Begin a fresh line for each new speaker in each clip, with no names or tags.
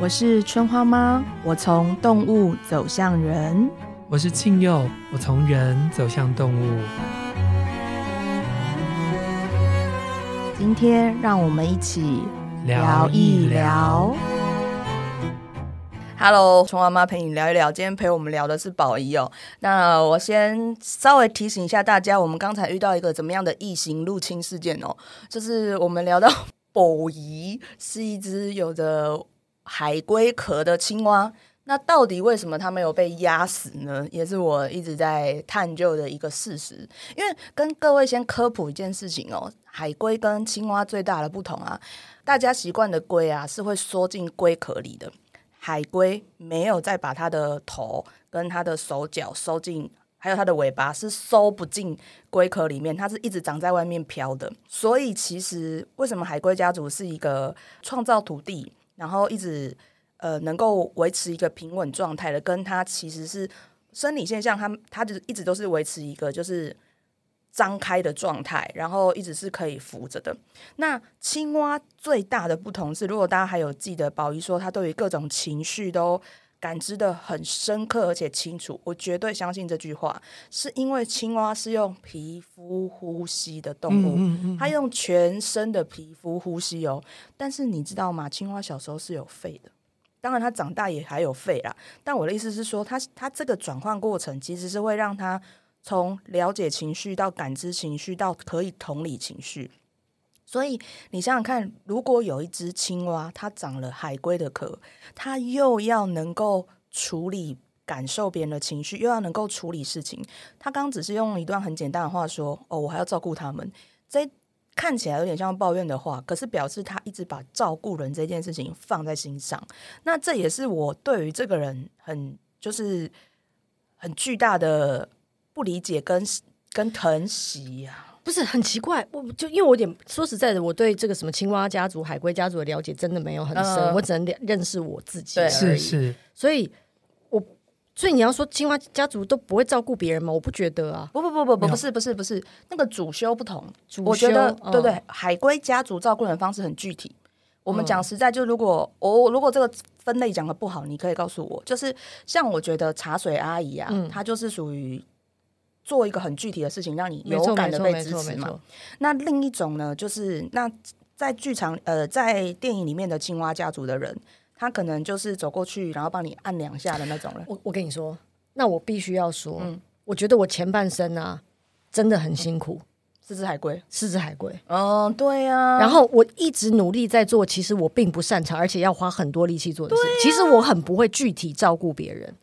我是春花妈，我从动物走向人。
我是庆佑，我从人走向动物。
今天让我们一起
聊一聊。
Hello，春花妈陪你聊一聊。今天陪我们聊的是宝仪哦。那我先稍微提醒一下大家，我们刚才遇到一个怎么样的异形入侵事件哦？就是我们聊到宝仪是一只有着海龟壳的青蛙。那到底为什么它没有被压死呢？也是我一直在探究的一个事实。因为跟各位先科普一件事情哦，海龟跟青蛙最大的不同啊，大家习惯的龟啊是会缩进龟壳里的，海龟没有再把它的头跟它的手脚收进，还有它的尾巴是收不进龟壳里面，它是一直长在外面飘的。所以其实为什么海龟家族是一个创造土地，然后一直呃能够维持一个平稳状态的，跟它其实是生理现象，它它就是一直都是维持一个就是张开的状态，然后一直是可以浮着的。那青蛙最大的不同是，如果大家还有记得，宝仪说他对于各种情绪都感知的很深刻而且清楚，我绝对相信这句话，是因为青蛙是用皮肤呼吸的动物，它用全身的皮肤呼吸哦。但是你知道吗？青蛙小时候是有肺的。当然，它长大也还有肺啦。但我的意思是说，它它这个转换过程其实是会让它从了解情绪到感知情绪到可以同理情绪。所以你想想看，如果有一只青蛙，它长了海龟的壳，它又要能够处理感受别人的情绪，又要能够处理事情。他刚刚只是用一段很简单的话说：“哦，我还要照顾他们。”这看起来有点像抱怨的话，可是表示他一直把照顾人这件事情放在心上。那这也是我对于这个人很就是很巨大的不理解跟跟疼惜啊呀、
不是很奇怪，我就因为我有点说实在的，我对这个什么青蛙家族、海龟家族的了解真的没有很深，
嗯
我只能了认识我自己
对
而已。
是是，
所以我所以你要说青蛙家族都不会照顾别人吗？我不觉得啊。
不不不不不，
没有
不是不是不是，那个主修不同。
主
我觉得、
修
对，
嗯
对，海龟家族照顾人的方式很具体。我们
嗯
讲实在，就如果我、如果这个分类讲的不好，你可以告诉我，就是像我觉得茶水阿姨啊，
嗯
她就是属于做一个很具体的事情，让你
没
有
错
感
没
的
错
被
没
支
错
持
没
嘛。
错，
那另一种呢，就是那在剧场呃，在电影里面的青蛙家族的人，他可能就是走过去，然后帮你按两下的那种人。
我我跟你说，那我必须要说，
嗯
我觉得我前半生啊真的很辛苦，
是只海龟？
是只海龟。
嗯，对呀、啊。
哦然后我一直努力在做，其实我并不擅长，而且要花很多力气做的事。其实我很不会具体照顾别人。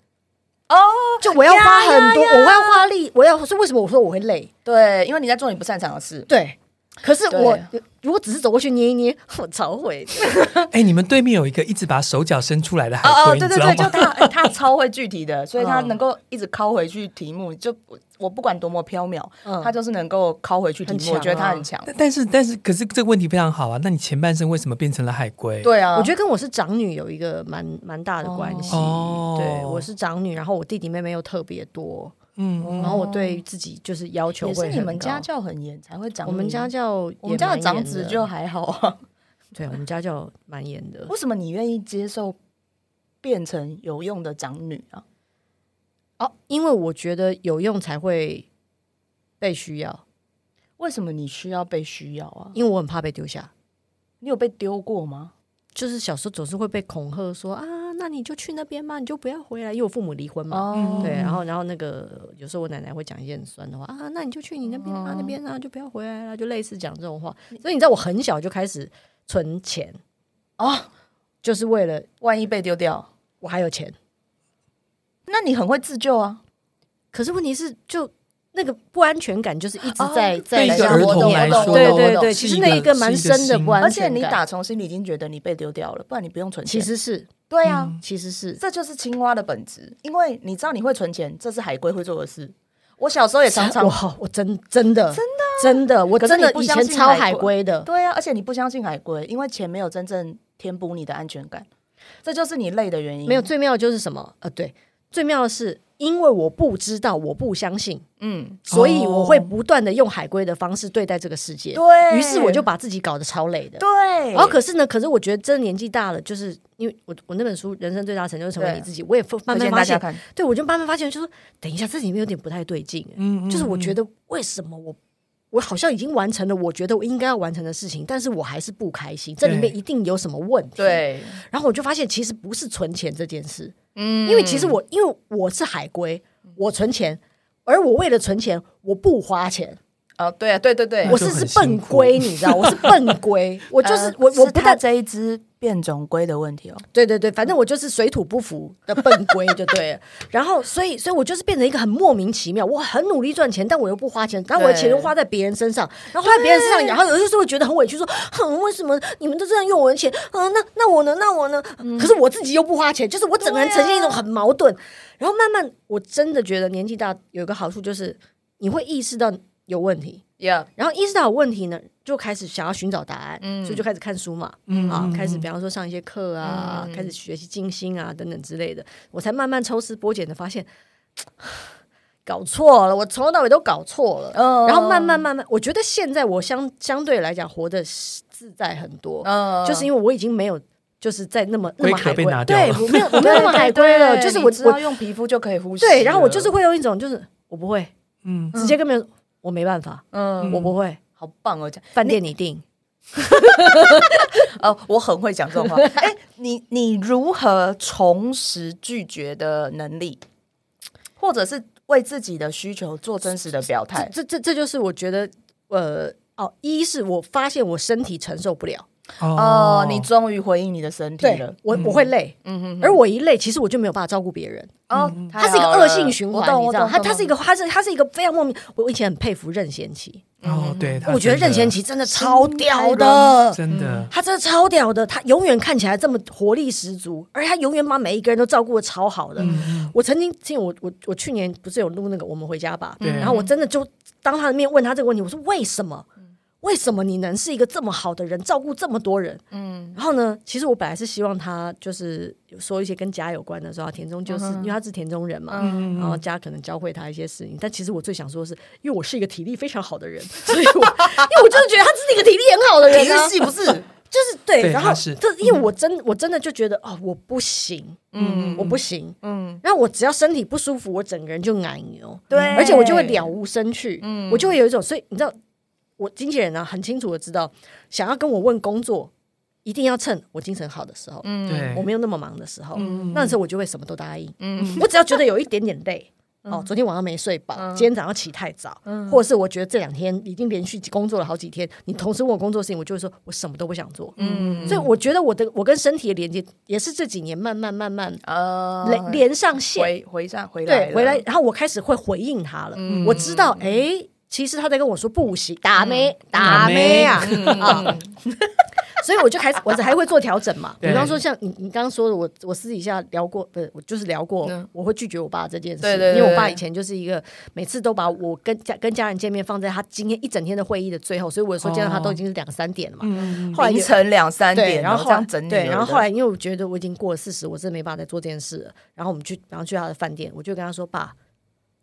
哦，
就我要
呀
花很多，我要花力，我要是为什么我说我会累？
对，因为你在做你不擅长的事。
对，可是
对
我如果只是走过去捏一捏， 我超会的。
哎，你们对面有一个一直把手脚伸出来的海
哦哦，
龟，
对
你
对
知道
对，就他
吗？
哎他超会具体 的，所以他
嗯
能够一直拷回去题目。就我我不管多么缥缈，
嗯
他就是能够拷回去题
很
目。
强
我觉得他
啊
很强。
但但是但是，可是这个问题非常好啊。那你前半生为什么变成了海龟？
对啊，
我觉得跟我是长女有一个蛮蛮大的关系。
哦
对，我是长女，然后我弟弟妹妹又特别多，
嗯，嗯
然后我对于自己就是要求
哦也
会
是
很
你们家
高。
教很严才会长。啊
我们家教，
我们家的长子就，还好啊。
对我们家教蛮严的。
为什么你愿意接受变成有用的长女啊？
哦，因为我觉得有用才会被需要，
为什么你需要被需要啊？
因为我很怕被丢下。
你有被丢过吗？
就是小时候总是会被恐吓说啊，那你就去那边吧，你就不要回来，因为我父母离婚嘛。
哦
对，然后然后那个有时候我奶奶会讲一些很酸的话啊，那你就去你那边啊，
哦
那边啊，就不要回来了，就类似讲这种话。所以你知道我很小就开始存钱，
哦，
就是为了
万一被丢掉，
我还有钱。
那你很会自救啊。
可是问题是，就那个不安全感就是一直在、
哦
在
对一
想
个
让
儿
我
我
童
懂
来
我懂
说，
对
我
对
懂
对，
是
其实
一
那
个
一个蛮
是一个
深的
心
不安
而且
全
你
感。
打从心里已经觉得你被丢掉了，不然你不用存钱。
其实嗯是
对啊，
其实是
这就是青蛙的本质，因为你知道你会存钱，这是海龟会做的事。我小时候也哎常常
哇，我真真的真的真的，我
可是
真的
你不
以
相
前
信
超
海
海
龟
龟的，
对啊，而且你不相信海龟，因为钱没有真正填补你的安全感，这就是你累的原因。
没有，最妙的就是什么？呃，对，最妙的是因为我不知道，我不相信，
嗯，
所以我会不断的用海归的方式对待这个世界。
对
于是我就把自己搞得超累的。
对，
然后可是呢，可是我觉得真的年纪大了，就是因为我我那本书《人生最大成就成为
对
你自己》，我也慢慢
推荐
发
大家
现，
看，
对我就慢慢发现，就是说等一下，这里面有点不太对劲、欸
嗯
就是我觉得为什么我我好像已经完成了我觉得我应该要完成的事情，但是我还是不开心，这里面
对
一定有什么问题。，
对，
然后我就发现其实不是存钱这件事，
嗯
因为其实我因为我是海归，我存钱，而我为了存钱我不花钱，
啊，对啊，对对对
那，
我
就是哎很
是笨
辛苦
龟，你知道，我是笨 龟，我就是、
呃
我我
是
不
它
但
这一只变种龟的问题哦，
对对对，反正我就是水土不服的笨龟就对了。然后，所以，所以我就是变成一个很莫名其妙，我很努力赚钱，但我又不花钱，然后我的钱又花在别人身上，然后花在别人身上，然后有些时候觉得很委屈，说，哼，为什么你们都这样用我的钱？嗯，那那我呢？那我呢？可是我自己又不花钱，就是我整个人呈现一种很矛盾。然后慢慢，我真的觉得年纪大有一个好处就是你会意识到有问题，
呀，
然后意识到有问题呢，就开始想要寻找答案，
嗯
所以就开始看书嘛，
嗯
啊
嗯，
开始比方说上一些课啊，
嗯
开始学习静心啊等等之类的，我才慢慢抽丝剥茧的发现，搞错了，我从头到尾都搞错了。
嗯
然后慢慢慢慢，我觉得现在我相相对来讲活得自在很多，
嗯
就是因为我已经没有就是在那么那
龟
么
壳
海
被
归，
拿掉
对
了
我没有我没有那么海归了，就是我
知
我
道用皮肤就可以呼吸了，
对，然后我就是会用一种就是我不会
嗯，
直接跟别人说我没办法，
嗯，
我不会，
好棒哦，讲
饭店你订。
哦，我很会讲这种 话。哎，你你如何重拾拒绝的能力，或者是为自己的需求做真实的表态？
这这这这就是我觉得，呃，哦，一是我发现我身体承受不了，
哦，你终于回应你的身体了。
我
嗯
我会累，
嗯哼哼，
而我一累，其实我就没有办法照顾别人，
哦，
嗯它是一个恶性循环，你知道，它
他
它是一
个
个它是它是一个非常莫名。我以前很佩服任贤齐，
哦，对，他
我觉得
真的
任贤齐真的超屌
新来
的。
真的
他真的超屌的，他永远看起来这么活力十足，而且他永远把每一个人都照顾的超好的。我曾经听我我我去年不是有录那个《我们回家吧》，
对
然后我真的就当他的面问他这个问题，我说为什么？为什么你能是一个这么好的人，照顾这么多人？嗯，然后呢，其实我本来是希望他就是有说一些跟家有关的，说他田中就是、因为他是田中人嘛，然后家可能教会他一些事情。但其实我最想说的是，因为我是一个体力非常好的人，所以我因为我真的觉得他是一个体力很好的人、啊，
体育系不是？
就是对，
对
然后
他是嗯
这因为我真我真的就觉得哦，我不行，嗯，我不行，嗯，然后我只要身体不舒服，我整个人就奶牛，
对，
而且我就会了无生趣，嗯，我就会有一种，所以你知道，我经纪人呢、啊很清楚的知道，想要跟我问工作，一定要趁我精神好的时候，嗯，
对哦
我没有那么忙的时候，
嗯
那时候我就会什么都答应，
嗯
我只要觉得有一点点累。哦，昨天晚上没睡饱，今天早上起太早，
嗯
或者是我觉得这两天已经连续工作了好几天，你同时问我工作事情，我就会说我什么都不想做。
嗯
所以我觉得我的我跟身体的连接也是这几年慢慢慢慢
呃
连连上线，
回回上回来
对，
了
回来，然后我开始会回应他了。
嗯
我知道，哎，其实他在跟我说不行，打咩打咩啊啊！所以我就开始，我还会做调整嘛。比
对
方说，像你你刚刚说的，我我私底下聊过，不是，我就是聊过
嗯，
我会拒绝我爸这件事，
对对对
因为我爸以前就是一个每次都把我跟家跟家人见面放在他今天一整天的会议的最后，所以我说见到他
哦
都已经是两三点了嘛。
嗯，
后来
凌
有
晨两三
对，
点，哦
然后
这
后来
样整理
对，
了
然后
的
后来因为我觉得我已经过了四十，我真的没办法再做这件事了。然后我们去，然后去他的饭店，我就跟他说：“爸，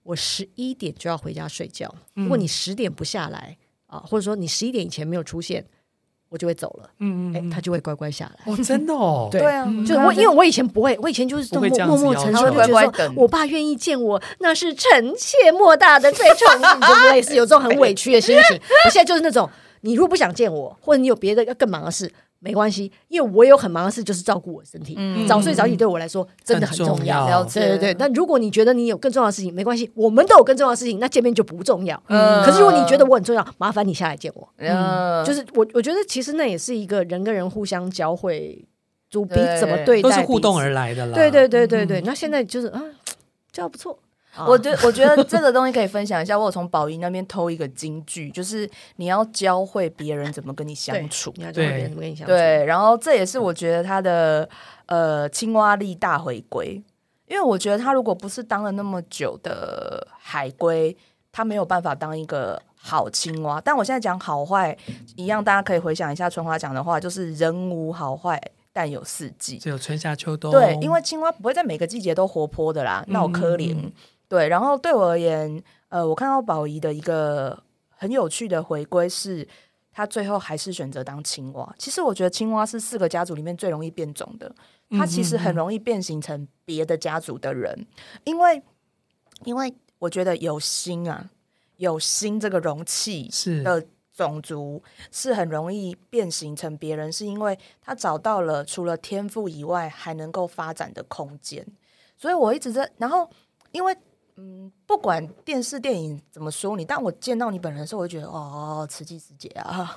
我十一点就要回家睡觉，如果
嗯
你十点不下来啊，或者说你十一点以前没有出现，我就会走了。”
嗯
哎，他就会乖乖下来。
哦，真的哦，
对
对啊，
嗯
就是我，因为我以前不会，我以前就是
不会这
默
样
默
子
默
要
承
求
受，就觉
他会乖
得
乖
说
等
我爸愿意见我，那是臣妾莫大的罪宠， 就是类似有这种很委屈的心情。我现在就是那种，你如果不想见我，或者你有别的更忙的事，没关系，因为我有很忙的事，就是照顾我身体，
嗯
早睡早起对我来说真的很
很
重
重
要。
要
了解，
对对对，那如果你觉得你有更重要的事情，没关系，我们都有更重要的事情，那见面就不重要。
嗯
可是如果你觉得我很重要，麻烦你下来见我。
嗯
就是我我觉得其实那也是一个人跟人互相教会，主彼
对
怎么对待
都
彼此，
是互动而来的啦，
对对对对对，那现在就是啊，这样不错。啊
我觉我觉得这个东西可以分享一下，我有从宝仪那边偷一个金句，就是你要教会别人怎么跟你相处。
你要教别
对
人怎么跟你相处，
对，然后这也是我觉得他的呃青蛙力大回归，因为我觉得他如果不是当了那么久的海龟，他没有办法当一个好青蛙。但我现在讲好坏一样，大家可以回想一下春花讲的话，就是人无好坏。但有四季。
只有春夏秋冬。
对，因为青蛙不会在每个季节都活泼的啦，闹科林。
嗯
对，然后对我而言，呃，我看到宝仪的一个很有趣的回归是，他最后还是选择当青蛙。其实我觉得青蛙是四个家族里面最容易变种的，它其实
嗯
很容易变形成别的家族的人，因为因为我觉得有心啊，有心这个容器
是
的种族是很容易变形成别人，是因为他找到了除了天赋以外还能够发展的空间。所以我一直在，然后因为嗯，不管电视电影怎么说你，但我见到你本人的时候，我就觉得哦， 慈济师姐啊，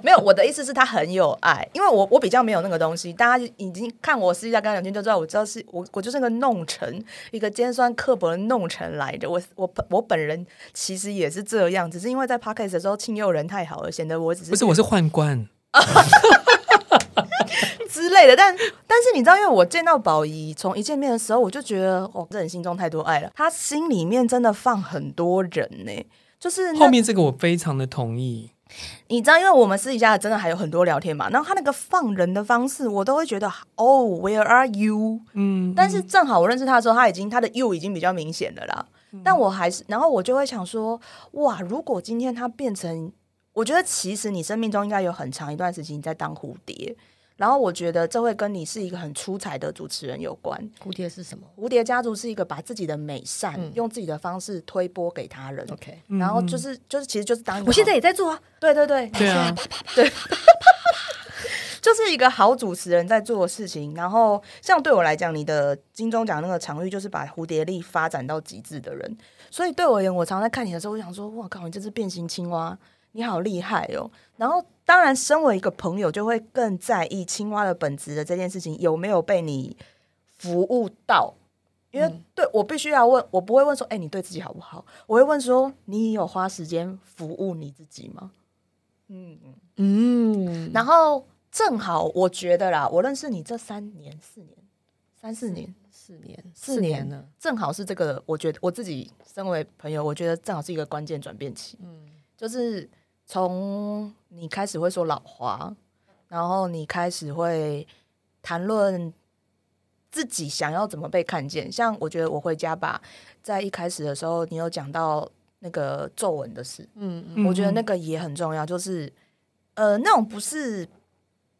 没有，我的意思是他很有爱，因为我我比较没有那个东西，大家已经看我私底下跟他聊天就知道，我知道是我我就是个弄臣，一个尖酸刻薄的弄臣来的。我我我本人其实也是这样，只是因为在 podcast 的时候庆佑人太好了，显得我只
不
是
是我是宦官，
之类的。但但是你知道，因为我见到宝仪从一见面的时候，我就觉得哦，这人心中太多爱了，他心里面真的放很多人呢、就是那
后面这个我非常的同意。
你知道，因为我们私底下真的还有很多聊天嘛，然后他那个放人的方式，我都会觉得哦，Where are you？
嗯，
但是正好我认识他的时候，他已经他的 you 已经比较明显了啦。但我还是，然后我就会想说，哇，如果今天他变成，我觉得其实你生命中应该有很长一段时间你在当蝴蝶，然后我觉得这会跟你是一个很出彩的主持人有关。
蝴蝶是什么
蝴蝶家族是一个把自己的美善、用自己的方式推播给他人，
？OK，
然后就是就是其实就是当一个
我现在
好
也在做啊，
对对对
对啊，
就是一个好主持人在做的事情。然后，像对我来讲，你的金钟奖那个场域就是把蝴蝶力发展到极致的人。所以对我而言，我常在看你的时候，我想说，哇靠，你这只变形青蛙，你好厉害哦。然后，当然，身为一个朋友，就会更在意青蛙的本质的这件事情有没有被你服务到。因为对我必须要问，我不会问说，哎、你对自己好不好？我会问说，你有花时间服务你自己吗？
嗯，
然后正好我觉得啦，我认识你这三年、四年、三四年，
四年，
四年
了，
正好是这个，我觉得我自己身为朋友，我觉得正好是一个关键转变期。嗯，就是从你开始会说老话，然后你开始会谈论。自己想要怎么被看见？像我觉得我回家吧，在一开始的时候，你有讲到那个皱纹的事，
嗯嗯，
我觉得那个也很重要，就是呃，那种不是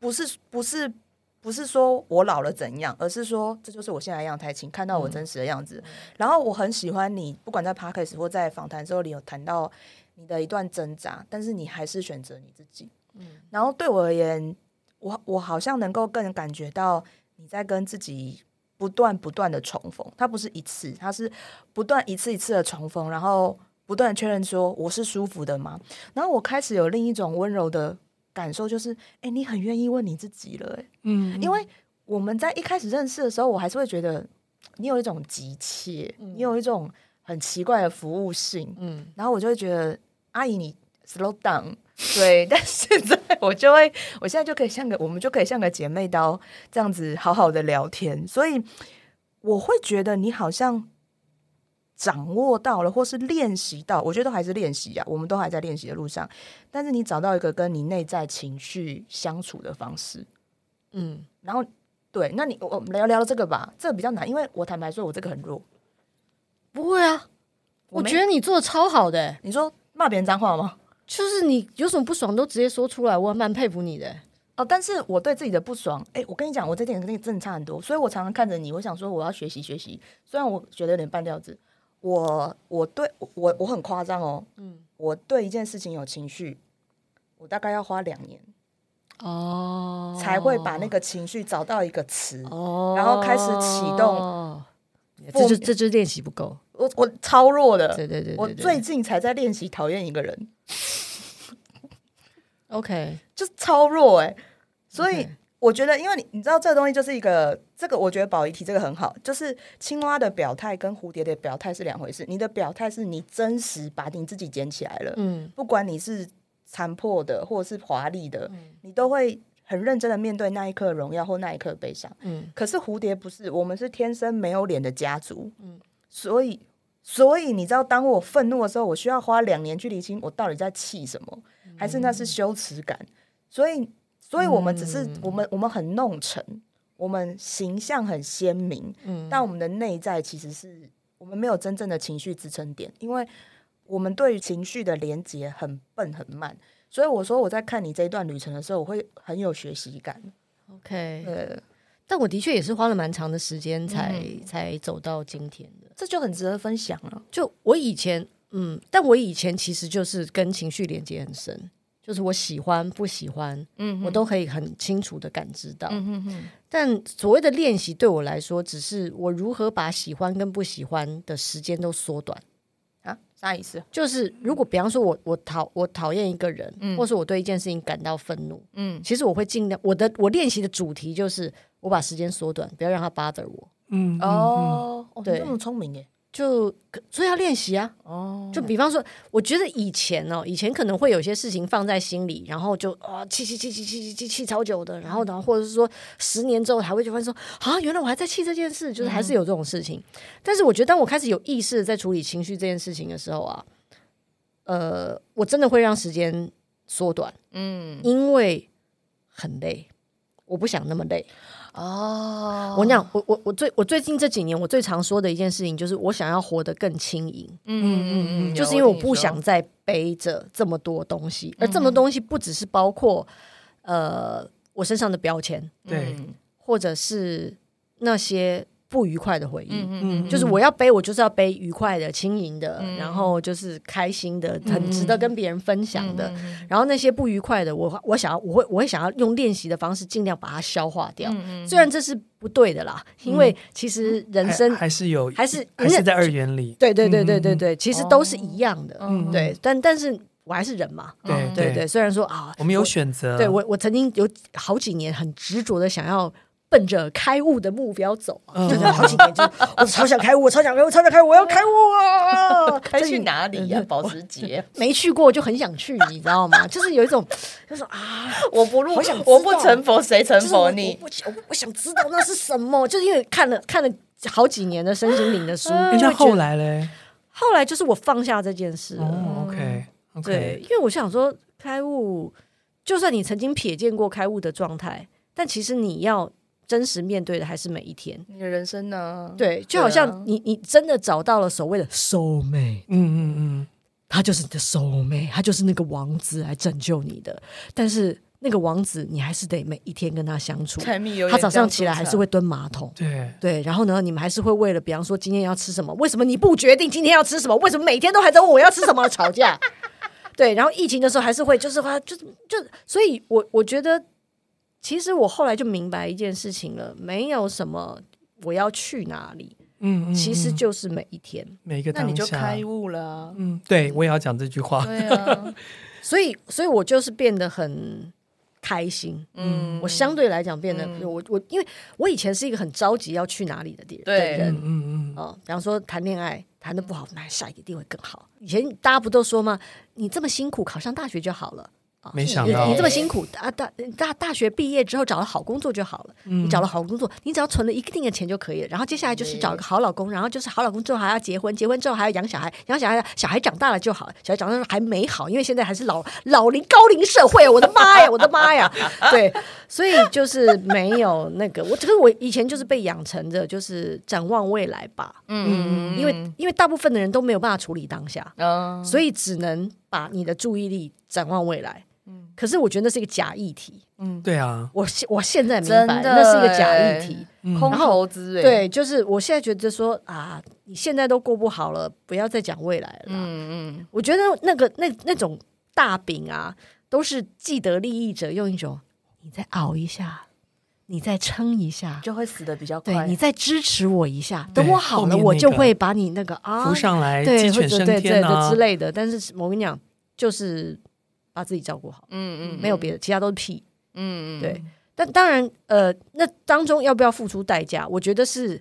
不是不是不是说我老了怎样，而是说这就是我现在的样态，请看到
嗯
我真实的样子。然后我很喜欢你，不管在 podcast 或在访谈之后，你有谈到你的一段挣扎，但是你还是选择你自己。嗯，然后对我而言，我我好像能够更感觉到你在跟自己。不断不断的重逢，它不是一次，它是不断一次一次的重逢，然后不断地确认说我是舒服的吗？然后我开始有另一种温柔的感受，就是，哎、你很愿意问你自己了、诶
嗯，
因为我们在一开始认识的时候，我还是会觉得你有一种急切，
嗯
你有一种很奇怪的服务性，嗯
嗯，
然后我就会觉得，阿姨你 slow down，对， 但现在我就会，我现在就可以像个，我们就可以像个姐妹刀这样子好好的聊天，所以我会觉得你好像。掌握到了，或是练习到，我觉得都还是练习啊，我们都还在练习的路上。但是你找到一个跟你内在情绪相处的方式，
嗯，
然后对，那你我我们聊聊这个吧，这个比较难，因为我坦白说，我这个很弱。
不会啊，
我
我
没
觉得你做的超好的、欸
你说骂别人脏话吗？
就是你有什么不爽都直接说出来，我还蛮佩服你的、欸
哦，但是我对自己的不爽，哎，我跟你讲，我这点跟你真的差很多，所以我常常看着你，我想说我要学习学习，虽然我觉得有点半吊子，我我对我我很夸张哦，嗯，我对一件事情有情绪，我大概要花两年
哦
才会把那个情绪找到一个词，
哦
然后开始启
动，
负
哦这就这就练习不够，
我我超弱的，
对对对对
我
对
最近才在练习讨厌一个人，
OK，
就是超弱哎、所以
OK
我觉得，因为你你知道这个东西就是一个，这个我觉得宝仪提这个很好，就是青蛙的表态跟蝴蝶的表态是两回事。你的表态是你真实把你自己捡起来了，
嗯
不管你是残破的或者是华丽的，你都会很认真的面对那一刻的荣耀或那一刻的悲伤。
嗯
可是蝴蝶不是，我们是天生没有脸的家族，所以所以你知道，当我愤怒的时候，我需要花两年去理清我到底在气什么，还是那是羞耻感。所以所以我们只是、我们我们很弄成，我们形象很鲜明，但我们的内在其实是我们没有真正的情绪支撑点，因为我们对于情绪的连接很笨很慢。所以我说我在看你这一段旅程的时候，我会很有学习感。
OK，
呃，
但我的确也是花了蛮长的时间才、才走到今天的。
这就很值得分享了。
就我以前，嗯，但我以前其实就是跟情绪连接很深，就是我喜欢不喜欢，
嗯
我都可以很清楚的感知到。
嗯嗯
但所谓的练习对我来说，只是我如何把喜欢跟不喜欢的时间都缩短。
啊，啥意思？
就是如果比方说我我讨我讨厌一个人，
嗯
或是我对一件事情感到愤怒，
嗯
其实我会尽量我的我练习的主题就是我把时间缩短，不要让它 bother 我。
嗯，嗯，
哦，对，
对
这么聪明耶。
就所以要练习啊，
哦，
就比方说，我觉得以前哦，以前可能会有些事情放在心里，然后就啊气气气气气气气气超久的，然后
嗯
然后或者是说十年之后还会就发现说啊，原来我还在气这件事，就是还是有这种事情。
嗯
但是我觉得，当我开始有意识地在处理情绪这件事情的时候啊，呃，我真的会让时间缩短，
嗯
因为很累，我不想那么累。
哦，
我讲，我我我最我最近这几年我最常说的一件事情就是，我想要活得更轻盈。
嗯嗯嗯，
就是因为我不想再背着这么多东西，而
嗯
这么多东西不只是包括呃我身上的标签，
嗯对，
或者是那些不愉快的回忆。
嗯
就是我要背，我就是要背愉快的、轻盈的，然后就是开心的，
嗯
很值得跟别人分享的。然后那些不愉快的，我我想要，我会我会想要用练习的方式，尽量把它消化
嗯
掉。虽然这是不对的啦，因为其实人
还
生
还是有，
还是
还是在二元里，
对对对对对对，其实都是一样的，
嗯
对，但但是我还是人嘛，嗯
对
对对，，虽然说啊，
我们有选择，
对我我曾经有好几年很执着的想要。奔着开悟的目标走啊，
嗯
就是好几年，就是我超想开悟，我超想开悟，我超想开悟，我要开悟 啊！
该
这
去
一
哪里呀？保时捷，
没去过，就很想去，你知道吗？就是有一种，就是啊，
我不入
好想知，道
我不成佛，谁成
就是我
佛
我
你？
不我不我想知道那是什么，就是因为看了看了好几年的身心灵的书，
诶。
嗯
就
那
会觉
后
得
来嘞？
后来就是我放下这件事了，
哦，OK
对
OK，，
因为我想说，开悟，就算你曾经瞥见过开悟的状态，但其实你要真实面对的还是每一天。
你的人生呢？
对，就好
对
像
啊
你，你真的找到了所谓的 soul mate，
嗯嗯
他就是你的 soul mate，他就是那个王子来拯救你的。但是那个王子，你还是得每一天跟他相处。
柴米油盐
他早上
酱醋
起来还
茶
是会蹲马桶
嗯，，对，
对，然后呢，你们还是会为了，比方说今天要吃什么，为什么你不决定今天要吃什么？为什么每天都还在问我要吃什么吵架？ 对，然后疫情的时候还是会，就是话，就是就，所以我我觉得，其实我后来就明白一件事情了，没有什么我要去哪里，
嗯嗯，
其实
嗯
就是每一天。
每一个
那
当
你就
下
开悟了啊。
嗯，对我也要讲这句话，
对啊，
所以，所以我就是变得很开心。
嗯
我相对来讲变得，我我因为我以前是一个很着急要去哪里的地的
对
人
嗯，嗯嗯，
哦，比方说谈恋爱谈的不好，那下一个一定会更好。以前大家不都说吗？你这么辛苦考上大学就好了。啊
没想
你
到
你这么辛苦，啊大大大大学毕业之后找了好工作就好了。你
嗯
找了好工作，你只要存了一定的钱就可以了。然后接下来就是找一个好老公，然后就是好老公之后还要结婚，结婚之后还要养小孩，养小孩小孩长大了就好，小孩长大了还没好，因为现在还是老老龄高龄社会，我的妈呀，我的妈呀，对，所以就是没有那个我，可是我以前就是被养成着，就是展望未来吧。
嗯
因为因为大部分的人都没有办法处理当下，
嗯
所以只能把你的注意力展望未来。
嗯
可是我觉得那是一个假议题，
对啊，
我现我现在明
真
白
的
那是一个假
欸
议题。
空
然后
投资哎，
对，就是我现在觉得说啊，你现在都过不好了，不要再讲未来了啦。
嗯嗯，
我觉得那个那那种大饼啊，都是既得利益者用一种你再熬一下，你再撑一下，
就会死的比较
对
快。
你再支持我一下，等
对
我
后
好了，
面
我
那
就
个
会把你那个啊
浮上来，
对，
哎鸡
或
犬
者
升
对对
天
对
啊
之，类的。但是我跟你讲，就是把自己照顾好，
嗯嗯，
没有别的，其他都是屁。
嗯嗯，
对，但当然，呃，那当中要不要付出代价，我觉得是。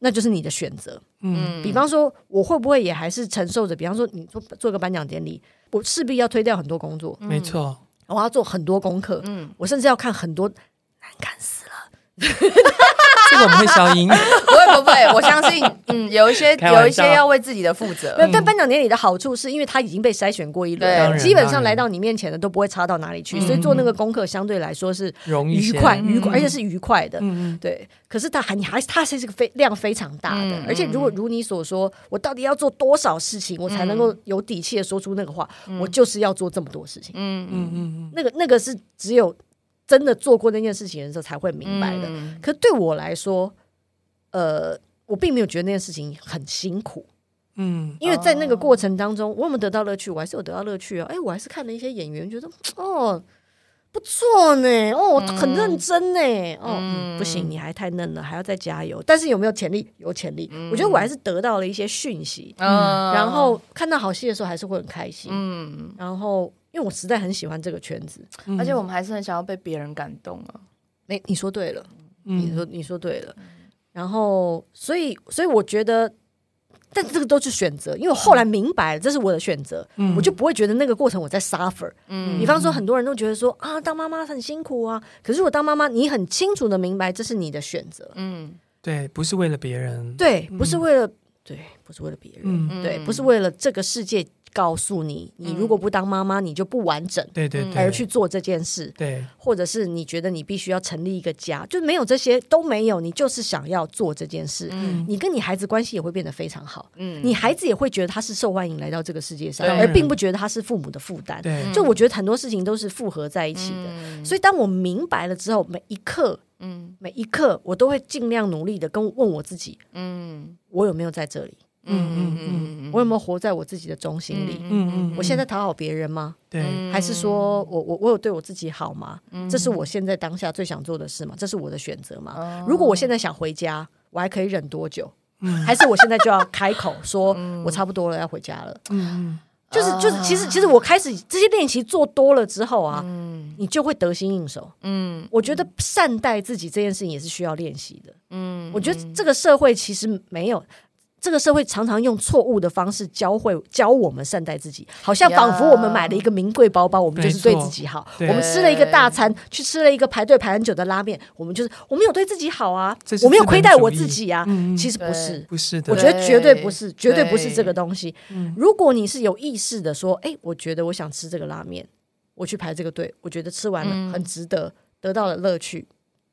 那就是你的选择。
嗯
比方说，我会不会也还是承受着？比方说，你做做个颁奖典礼，我势必要推掉很多工作，
没错，
我要做很多功课，
嗯
我甚至要看很多难看死了。
这个我们会消音。
不会不 会，我相信，嗯，有一些
开玩
有一些
笑
要为自己的负责
没。有，但颁奖典礼的好处是因为他已经被筛选过一
对嗯当
轮，
然
基本
当
上
然嗯
来到你面前的都不会差到哪里去，所以做那个功课相对来说是
容易一
愉
些
快、
嗯
愉快，而且是愉快的。
嗯嗯，
对，可是他还你还他是这个非量非常大的，
嗯
而且如果如你所说，我到底要做多少事情，我才能够有底气的说出那个话？
嗯
我就是要做这么多事情，
嗯嗯，
那个那个是只有真的做过那件事情的时候才会明白的。
嗯
可对我来说，呃，我并没有觉得那件事情很辛苦，
嗯，
因为在那个过程当中，我有没有得到乐趣？我还是有得到乐趣啊！哎，我还是看了一些演员，觉得哦不错呢，哦很认真呢，哦、嗯不行，你还太嫩了，还要再加油。但是有没有潜力？有潜力。我觉得我还是得到了一些讯息，
嗯
然后看到好戏的时候还是会很开心。
嗯，
然后因为我实在很喜欢这个圈子，
而且我们还是很想要被别人感动啊。
没你说对了，你
嗯
说你说对了。然后所以所以我觉得。但这个都是选择，因为我后来明白了，这是我的选择，
嗯
我就不会觉得那个过程我在 suffer。
嗯
比方说，很多人都觉得说啊，当妈妈很辛苦啊。可是如果当妈妈，你很清楚的明白这是你的选择，
嗯
对，不是为了别人，
对，不是为了、对，不是为了别人，
嗯，
嗯
对，不是为了这个世界告诉你，你如果不当妈妈，你就不完整，
对嗯对对，
而去做这件事，
对，
或者是你觉得你必须要成立一个家，就没有这些都没有，你就是想要做这件事，
嗯
你跟你孩子关系也会变得非常好。
嗯
你孩子也会觉得他是受欢迎来到这个世界上，
对
而并不觉得他是父母的负担。
对，
就我觉得很多事情都是复合在一起的。
嗯
所以当我明白了之后，每一刻
嗯
每一刻，我都会尽量努力的跟问我自己，
嗯
我有没有在这里？
嗯嗯嗯嗯，
我有没有活在我自己的中心里？
嗯嗯，
我现在讨好别人吗？
对，
还
嗯
是说我我我有对我自己好吗？这是我现在当下最想做的事吗？这是我的选择
哦
吗？如果我现在想回家，我还可以忍多久？
嗯
还是我现在就要开口说，我差不多了，要回家了。
嗯
就是
啊
就是，其实其实我开始这些练习做多了之后啊，
嗯
你就会得心应手。
嗯
我觉得善待自己这件事情也是需要练习的。
嗯，
我觉得这个社会其实没有，这个社会常常用错误的方式教会教我们善待自己，好像
呀
仿佛我们买了一个名贵包包，我们就是对自己好；我
没错
们吃了一个大餐，去吃了一个排队排很久的拉面，我们就是我们有对自己好啊
这，是
我没有
资本
亏待我
主义
自己啊。
嗯，
其
实
实不是
对。
不是的，
我觉得绝对不是，
对
绝对不是这个东西。
嗯
如果你是有意识的说，哎，我觉得我想吃这个拉面，我去排这个队，我觉得吃完
嗯
了很值得，得到了乐趣。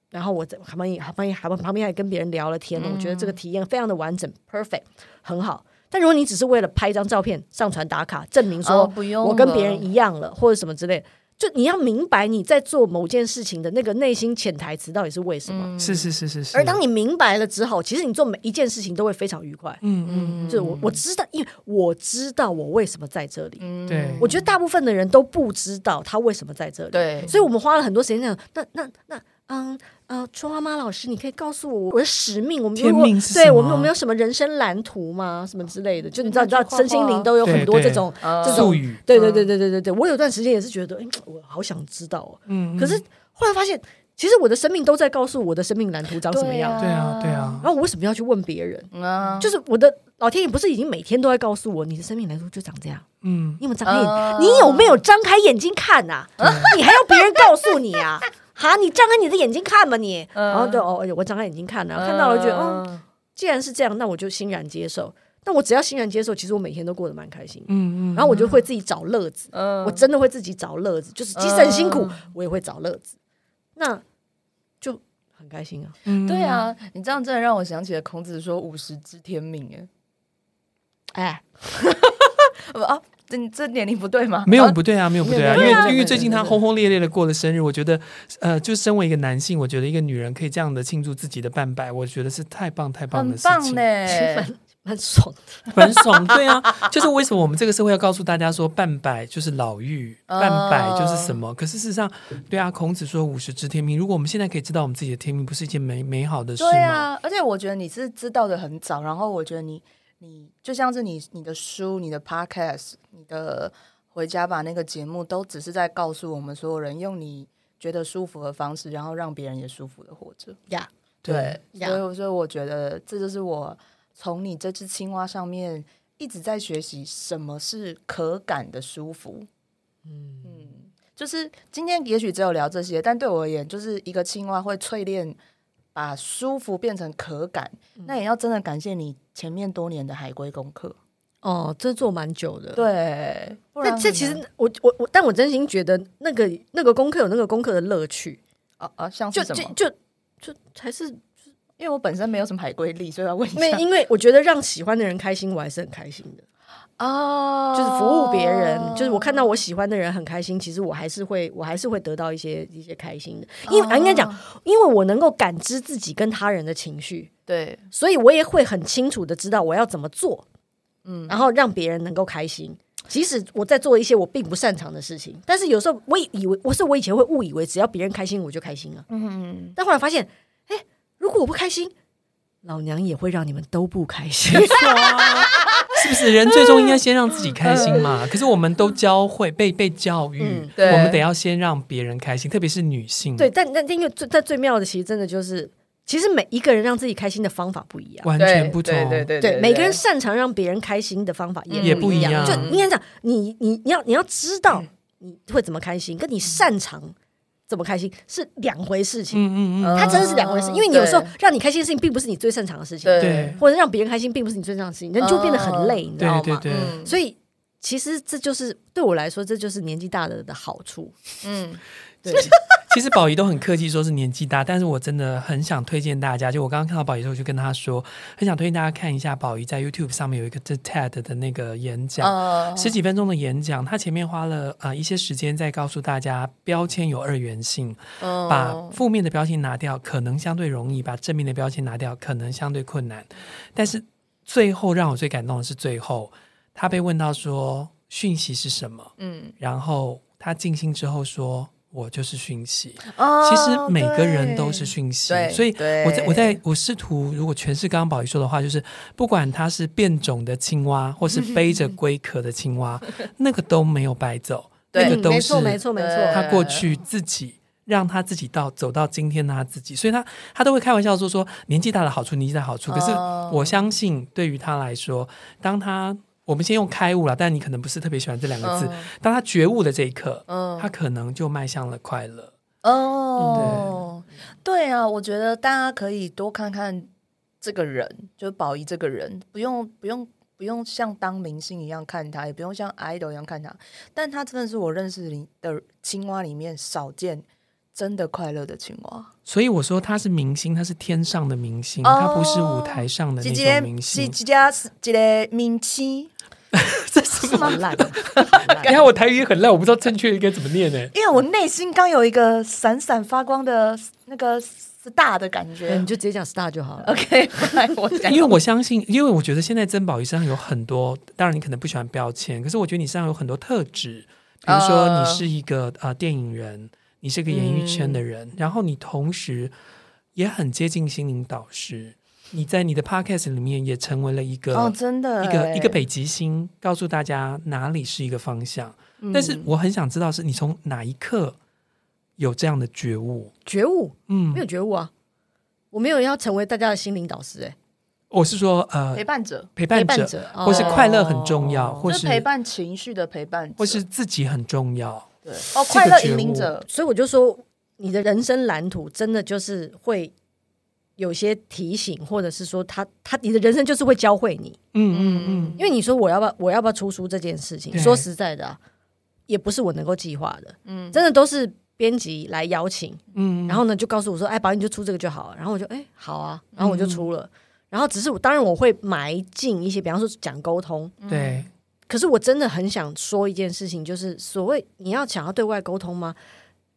然后我在旁边也旁边也旁边旁边还跟别人聊了天，
嗯
我觉得这个体验非常的完整，perfect，很好。但如果你只是为了拍一张照片上传打卡，证明
哦
说
不用
我跟
了
别人一样了，或者什么之类，就你要明白你在做某件事情的那个内心潜台词到底是为什
嗯
么。
是是是是是，
而当你明白了之后，其实你做每一件事情都会非常愉快。
嗯
就是我我知道，因为我知道我为什么在这里。
嗯对，
我觉得大部分的人都不知道他为什么在这里，
对
所以我们花了很多时间讲，那那那，嗯呃，春花妈老师，你可以告诉我我的使命，我们
天
如果
命是什
对
么
我们有没有什么人生蓝图吗？什么之类的，就你知道，你知
那
道
去画画啊
身心灵都有很多
对对
这种
嗯
这
术
种，
语，
对对对对对对对，我有段时间也是觉得，哎，我好想知道哦，
嗯，
可是后来发现，其实我的生命都在告诉我的生命蓝图长什么样，
对啊嗯对啊
然，后我为什么要去问别人？
啊，
就是我的老天爷不是已经每天都在告诉我，你的生命蓝图就长这样，
嗯，嗯
你有没有张开眼？
啊
你有没有张开眼睛看呐、你还要别人告诉你啊？哈，你张开你的眼睛看吧你。
嗯
然后对哦，哎我张开眼睛看了、看到了，觉得哦，既然是这样，那我就欣然接受。但我只要欣然接受，其实我每天都过得蛮开心。
嗯嗯，
然后我就会自己找乐子，
嗯
我真的会自己找乐子，就是即使很辛苦，我也会找乐子，那就很开心啊。
嗯
对啊，你这样真的让我想起了孔子说“五十知天命”哎。
哎，
呃啊，这这年龄不对吗？
没有
啊
不对啊，没有不对啊，因为因为最近他轰轰烈烈的过了生日，我觉得，呃，就身为一个男性，我觉得一个女人可以这样的庆祝自己的半百，我觉得是太棒太棒的
很
事
棒
情，
呢。
蛮蛮爽的。
很爽，对啊，就是为什么我们这个社会要告诉大家说半百就是老妪，半百就是什么？可是事实上，对啊，孔子说五十知天命，如果我们现在可以知道我们自己的天命，不是一件美美好的事吗？
对啊，而且我觉得你是知道的很早，然后我觉得你你就像是你你的书、你的 podcast、你的回家吧那个节目，都只是在告诉我们所有人，用你觉得舒服的方式，然后让别人也舒服的活着。
呀
对，
呀
所以所以我觉得这就是我从你这只青蛙上面一直在学习什么是可感的舒服。嗯就是今天也许只有聊这些，但对我而言，就是一个青蛙会淬炼把舒服变成可感，那也要真的感谢你前面多年的海龟功课。
哦，这做蛮久的。
对，不然
但这
很
其
难
实我我我，但我真心觉得那个那个功课有那个功课的乐趣，
啊啊，像
就是就
什么？
就就还是
因为我本身没有什么海龟力，所以要问一
没，
下
因为我觉得让喜欢的人开心，我还是很开心的。
啊
就是服务别人，就是我看到我喜欢的人很开心，其实我还是会，我还是会得到一些一些开心的。因
哦
为、啊应该讲，因为我能够感知自己跟他人的情绪，
对
所以我也会很清楚的知道我要怎么做，嗯，然后让别人能够开心。即使我在做一些我并不擅长的事情，但是有时候我以为，我是我以前会误以为只要别人开心我就开心啊，嗯，但后来发现，哎，如果我不开心，老娘也会让你们都不 开心。
啊是不是人最终应该先让自己开心嘛？可是我们都教会被被教育
嗯，
嗯对
我们得要先让别人开心，特别是女性，
对，，但但但因为最但最妙的，其实真的就是，其实每一个人让自己开心的方法不一样。
完全不同。
对对
对，嗯每个人擅长让别人开心的方法
也
也
不
不
一
一样。
样嗯
就应该讲，你你你要你要知道你会怎么开心，跟你擅长怎么开心是两回事情。
嗯嗯嗯，
嗯
它真的是两回事，因为你有时候让你开心的事情，并不是你最擅长的事情，
对
对
或者让别人开心，并不是你最擅长的事情，那你就变得很累，你知道
对
吗？
对对，
嗯
所以其实这就是对我来说，这就是年纪大了的好处。
嗯，
对，
其实宝仪都很客气，说是年纪大，但是我真的很想推荐大家，就我刚刚看到宝仪的时候，我就跟他说，很想推荐大家看一下宝仪在 YouTube 上面有一个这 TED 的那个演讲，
呃
十几分钟的演讲，他前面花了啊、呃一些时间在告诉大家标签有二元性，
哦
把负面的标签拿掉可能相对容易，把正面的标签拿掉可能相对困难。但是最后让我最感动的是最后，他被问到说讯息是什么，
嗯，
然后他静心之后说。我就是讯息，
哦
其实每个人都是讯息，
对
所以
对
我在我在我试图，如果诠释刚刚宝仪说的话，就是不管它是变种的青蛙，或是背着龟壳的青蛙，那个都没有白走，
对
那个
嗯
都
没
是
错，没错，没错。
对
他过去自己。让他自己到走到今天的他自己，所以他他都会开玩笑说说年纪大的好处，年纪大的好处。可是
哦
我相信，对于他来说，当他我们先用开悟了，但你可能不是特别喜欢这两个字。
嗯
当他觉悟的这一刻，
嗯
他可能就迈向了快乐。
哦，对啊，我觉得大家可以多看看这个人，就是宝仪这个人，不用不用不用像当明星一样看他，也不用像 idol 一样看他，但他真的是我认识里的青蛙里面少见真的快乐的青蛙。
所以我说他是明星，他是天上的明星，
哦
他不是舞台上的那
是一
种
个
明
是
星
一。家是一个明星，
这是
好烂啊，好烂
你看我台语也很烂，我不知道正确应该怎么念呢、
因为我内心刚有一个闪闪发光的那个 star 的感
对
觉
啊
你。就直接讲 star
嗯
就好了。
OK，不然我讲
因为我相信，因为我觉得现在珍宝仪身上有很多，当然你可能不喜欢标签，可是我觉得你身上有很多特质，比如说
呃
你是一个呃电影人，你是一个演艺圈
嗯
的人，然后你同时也很接近心灵导师，你在你的 podcast 里面也成为了一个、
哦，真的
一个
欸
一个北极星，告诉大家哪里是一个方向。
嗯
但是我很想知道，是你从哪一刻有这样的觉悟？
觉悟
嗯
没，有觉悟啊，我没有要成为大家的心灵导师哎、
我是说，呃
陪，伴者，
陪伴
陪
者，
伴者
或是
哦
快乐很重要，或
就是
是
陪伴情绪的陪伴者，
或是自己很重要。
对哦，
这个
快乐
觉
引领
悟
者，
所以我就说，你的人生蓝图真的就是会有些提醒，或者是说他他你的人生就是会教会你，
嗯嗯嗯，
因为你说我要不要我要不要出书这件事情，
对
说实在的、啊，也不是我能够计划的，嗯，真的都是编辑来邀请，
嗯
然后呢就告诉我说，哎，宝你就出这个就好了，然后我就哎好啊，然后我就出了。然后只是我，当然我会埋进一些，比方说讲沟通，
对，
可是我真的很想说一件事情，就是所谓你要想要对外沟通吗？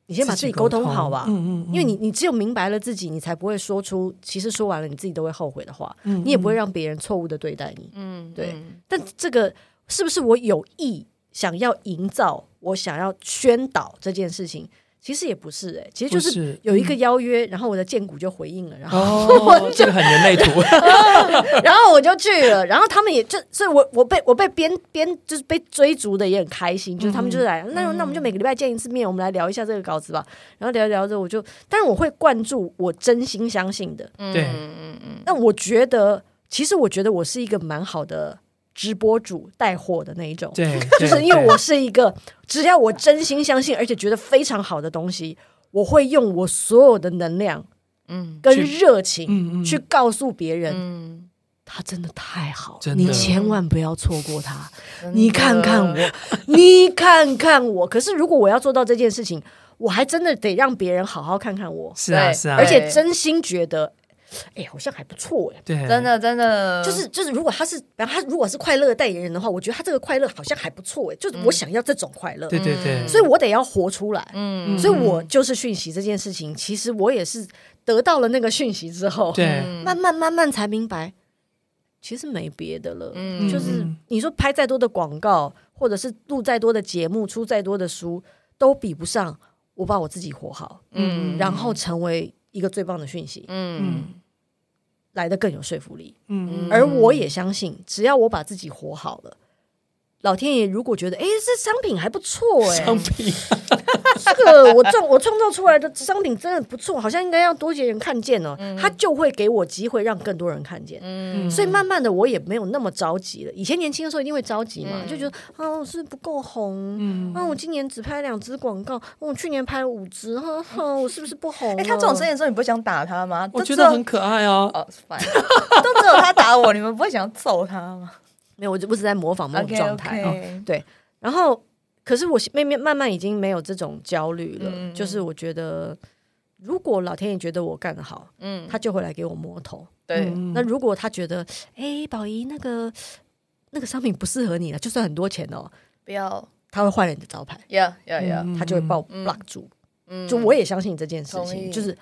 你先把自己沟通好吧，
嗯嗯嗯，
因为你你只有明白了自己，你才不会说出其实说完了你自己都会后悔的话，
嗯
你也不会让别人错误的对待你。
嗯，
对
嗯
但这个是不是我有意想要营造，我想要宣导这件事情？其实也不是哎、其实就
不
是
是嗯
有一个邀约，然后我的荐股就回应了，然后
哦，这个很人类图，
然后我就去了，然后他们也就，所以我我被我被边边就是被追逐的也很开心，就是
嗯
他们就是来，那那我们就每个礼拜见一次面，我们来聊一下这个稿子吧。然后聊一聊着，我就，但是我会灌注我真心相信的。
对，
那我觉得，其实我觉得我是一个蛮好的直播主带货的那一种，
对，
就是因为我是一个，只要我真心相信，而且觉得非常好的东西，我会用我所有的能量
嗯
跟
去
热情
嗯嗯，
去告诉别人，
嗯，
他真的太好了，
真的
你千万不要错过他。
真
你
的
看 看我，你看看我。可是如果我要做到这件事情，我还真的得让别人好好看看我，
是啊
对
是啊，
而且真心觉得，哎，好像还不错哎。
对
真的真的
就是就是，如果他是，然后他如果是快乐的代言人的话，我觉得他这个快乐好像还不错哎，就是我想要这种快乐，嗯
对对对，
所以我得要活出来。
嗯
所以我就是讯息这件事情，其实我也是得到了那个讯息之后，
对
嗯
慢慢慢慢才明白，其实没别的了。
嗯
就是
嗯
你说拍再多的广告，或者是录再多的节目，出再多的书，都比不上我把我自己活好，
嗯
然后成为一个最棒的讯息，
嗯
来的更有说服力。
嗯
嗯
而我也相信，只要我把自己活好了。老天爷，如果觉得哎，这商品还不错哎，
商品，
这个我创我创造出来的商品真的不错，好像应该让多些人看见哦，他就会给我机会让更多人看见。
嗯
所以慢慢的，我也没有那么着急了。以前年轻的时候一定会着急嘛，
嗯
就觉得啊，我是不是不够红，
嗯
啊，我今年只拍两支广告，哦我去年拍了五支，哼哼，我是不是不红？
哎，他这种声音的时候，你不会想打他吗？
我
都
觉
只
得
有
很可爱哦。
哦，fine，都 只有他打我，你们不会想揍他吗
没有，我就我只在模仿那种
？OK
状态。
哦
OK，
然后，可是我妹妹慢慢已经没有这种焦虑了，
嗯
就是我觉得，如果老天爷觉得我干得好，
嗯，
他就会来给我摸头。
对，
嗯
那如果他觉得，哎，宝仪那个那个商品不适合你了，就算很多钱哦，
不要
他会换了你的招牌，
，Yeah Yeah Yeah，
嗯
哎他就会把我
嗯
block 住。
嗯，
就我也相信这件事
同
情，
意
就是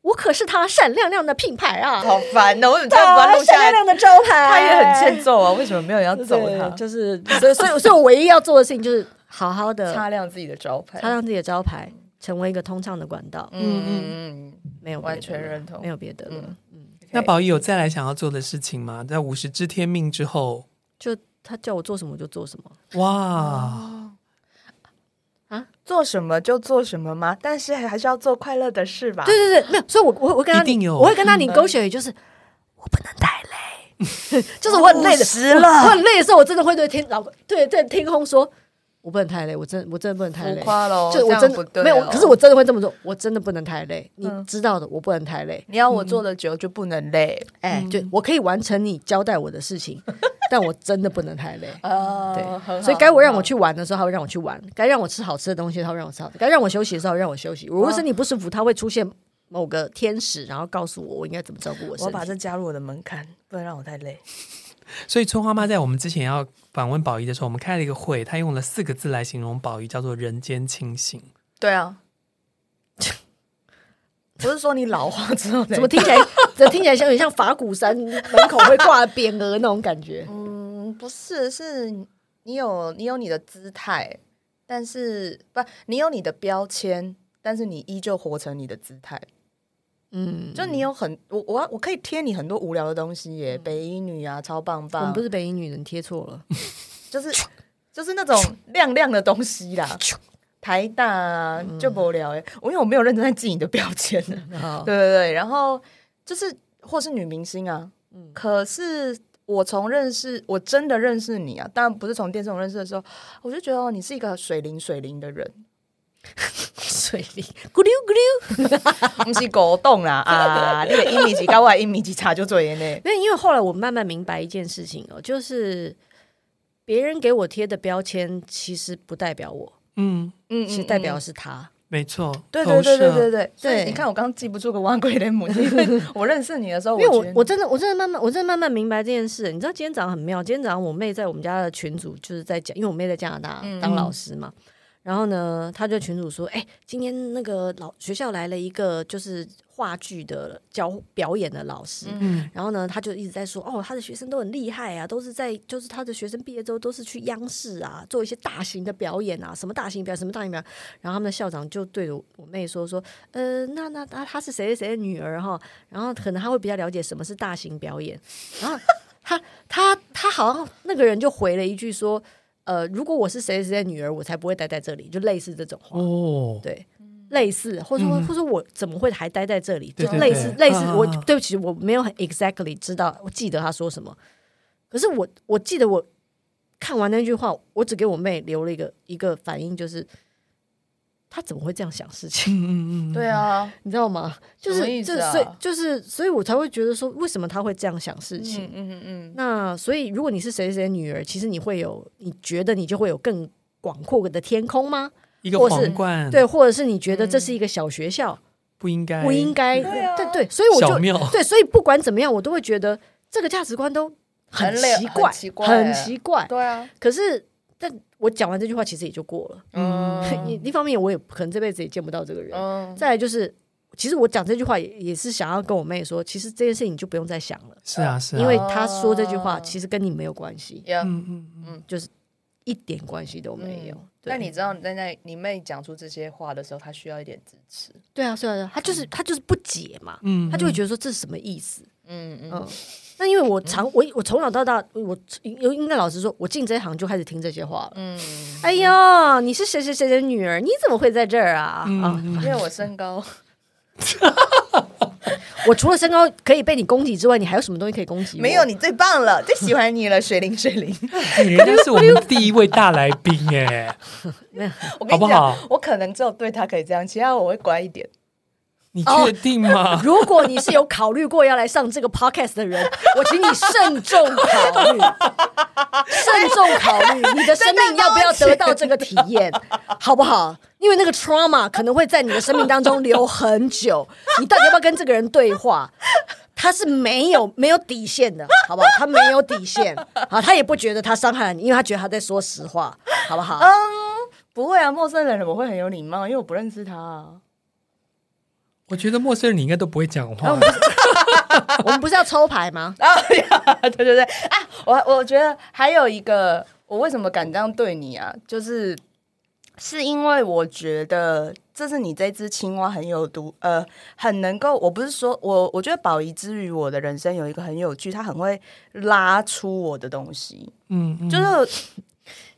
我可是他闪亮亮的品牌啊，
好烦的，为什么这样把啊他
他
录下
闪
来？
亮亮的招牌，
他也很欠揍啊，为什么没有人要揍他
对？就是所以所以所以我唯一要做的事情就是好好
嗯
的
擦亮自己的招牌，
擦亮自己的招牌，成为一个通畅的管道，
嗯嗯嗯，
没有别的
完全认同
没有别的了
嗯，
那宝仪有再来想要做的事情吗？在五十知天命之后，
就他叫我做什么我就做什么。哦
哇，
做什么就做什么吗？但是还是要做快乐的事吧。
啊对对对，没有，所以我我我跟他
一定有
我会跟他 negotiate，就是我不能太 累，就是我很累的
50
我
了
我很累的时候，我真的会对天老对对天空说，我不能太累，我真我真的不能太
浮
累，
夸喽，
就
这
我
样
真
不
的
对
没有
哦，
可是我真的会这么做，我真的不能太累，你
嗯
知道的，我不能太累，
你要我做的久就不能累
哎，就
嗯
我可以完成你交代我的事 情，但我真的不能太累。
啊
对
对
所以该我让我去玩的时候，他会让我去玩；该让我吃好吃的东西，他会让我吃好的；该让我休息的时候，他会让我休息。如果身体不舒服，他会出现某个天使，然后告诉我我应该怎么照顾我
我
身
要
体。
把这加入我的门槛，不能让我太累。
所以春花妈在我们之前要访问宝仪的时候，我们开了一个会，她用了四个字来形容宝仪，叫做“人间清醒
对啊，不是说你老化之 后
怎么 听起来，怎么听起来像有点像法鼓山门口会挂匾额那种感 觉？
嗯，不是，是你有你有你的姿态，但是不，你有你的标签，但是你依旧活成你的姿态。
嗯，
就你有很我我要我可以贴你很多无聊的东西耶，北一女啊，超棒
嗯我
棒，
们不是北影女人贴错 了，
就是就是那种亮亮的东西啦。台大啊，就无聊哎，我因为我没有认真在记你的标签呢。
啊
对对对，然后就是或是女明星啊，
嗯
可是我从认识我真的认识你啊，当然不是从电视上认识的时候，我就觉得哦，你是一个水灵水灵的人，
水灵咕溜咕溜。
不是狗洞 啦啊，你的一米几高，我的一米几差就做耶呢。
因为因为后来我慢慢明白一件事情哦，就是别人给我贴的标签其实不代表我，”。
嗯，
嗯
其实代表的是他。
没错，
对
投
对对对
射
对对，所以
对
你看我刚刚记不住个蛙鬼的母亲， 因为我认识你的时候，
因为
我
我
觉得
我真的我真的慢慢我真的慢慢明白这件事。你知道今天早上很妙，今天早上我妹在我们家的群组就是在讲，因为我妹在加拿大
嗯
当老师嘛。然后呢，她就群主说：“哎、今天那个老学校来了一个就是话剧的教表演的老师，
嗯
然后呢，他就一直在说，哦，他的学生都很厉害啊，都是在就是他的学生毕业之后都是去央视啊做一些大型的表演啊，什么大型表演，什么大型表演。然后他们的校长就对着我妹说说，呃，那那那她是谁谁谁的女儿哈，然后可能他会比较了解什么是大型表演。然后他他他好像那个人就回了一句说，呃，如果我是谁谁谁的女儿，我才不会待在这里，就类似这种话。
哦，
对，
嗯
类似，或者说，或者说我怎么会还待在这里？
嗯对
就
对
类似，
对
类似
啊。
我
啊啊
对不起，我没有很 exactly 知道，我记得他说什么。可是我我记得我看完那句话，我只给我妹留了一个一个反应，就是他怎么会这样想事
嗯
情？
对啊，
你知道吗？就
什
是
么意思
这，
啊
所以就是，所以我才会觉得说，为什么他会这样想事情？
嗯嗯嗯，
那所以，如果你是谁谁谁女儿，其实你会有，你觉得你就会有更广阔的天空吗？
一个
或是
皇冠，
对，，或者是你觉得
嗯
这是一个小学校，
不应该，
不应该？
对啊
对对，所以我
小
就
庙，
对，所以不管怎么样，我都会觉得这个价值观都很
很累
奇怪，
很奇怪
很奇怪。
对啊，
可是，但我讲完这句话，其实也就过了。
嗯
一一方面，我也可能这辈子也见不到这个人。
嗯，
再来就是，其实我讲这句话也也是想要跟我妹说，其实这件事情你就不用再想了，
是啊是啊，
因为她说这句话
哦
其实跟你没有关系，
呀
嗯嗯嗯，
一点关系都没有。
嗯
对
那你知道你在那你妹讲出这些话的时候，她需要一点支持。
对啊，是啊，是啊她就是她就是不解嘛，
嗯
她就会觉得说这是什么意思？
嗯嗯
嗯，那因为我常我我从小到大，我应应该老实说，我进这一行就开始听这些话了。
嗯，
哎呦，你是谁谁谁的女儿？你怎么会在这儿啊？
嗯
啊！
因为我身高，
我除了身高可以被你攻击之外，你还有什么东西可以攻击我？
没 有你最棒了，最喜欢你了，水灵水 灵。
你人家是我们第一位大来宾哎，
我跟
好
你
不
讲，
好？
我可能只有对她可以这样，其他我会乖一点。
你
哦
确 定吗？
如果你是有考虑过要来上这个 podcast 的人， 我请你慎重考虑，慎重考虑你的生命要不要得到这个体 验，好不好？因为那个 trauma 可能会在你的生命当中留很久，你到底要不要跟这个人对话？他是没有没有底线的，好不好？他没有底线，好，他也不觉得他伤害了你，因为他觉得他在说实话，好不
哦
好？
不会啊，陌生人我会很有礼貌，因为我不认识他啊。
我觉得陌生人你应该都不会讲
然后
话
我哦们，不是我们不是要抽牌吗？
啊，对对对啊！我我觉得还有一个，我为什么敢这样对你啊？就是是因为我觉得这是你这只青蛙很有毒，呃，很能够。我不是说我，我觉得宝仪之于我的人生有一个很有趣，他很会拉出我的东西，
嗯，嗯
就是。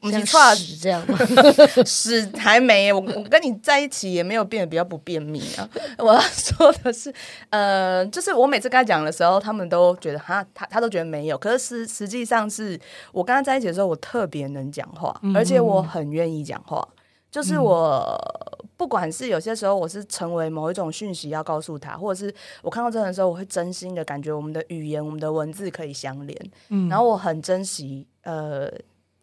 我们
像
是跨
屎这样吗？
是还没，我我跟你在一起也没有变得比较不便秘啊。 我要说的是，呃，就是我每次跟他讲的时候，他们都觉得哈，他他都觉得没有。可是实实际上是我跟他在一起的时候，我特别能讲话，而且我很愿意讲话。就是我、不管是有些时候我是成为某一种讯息要告诉他，或者是我看到这个人的时候，我会真心的感觉我们的语言、我们的文字可以相连。
嗯
然后我很珍惜呃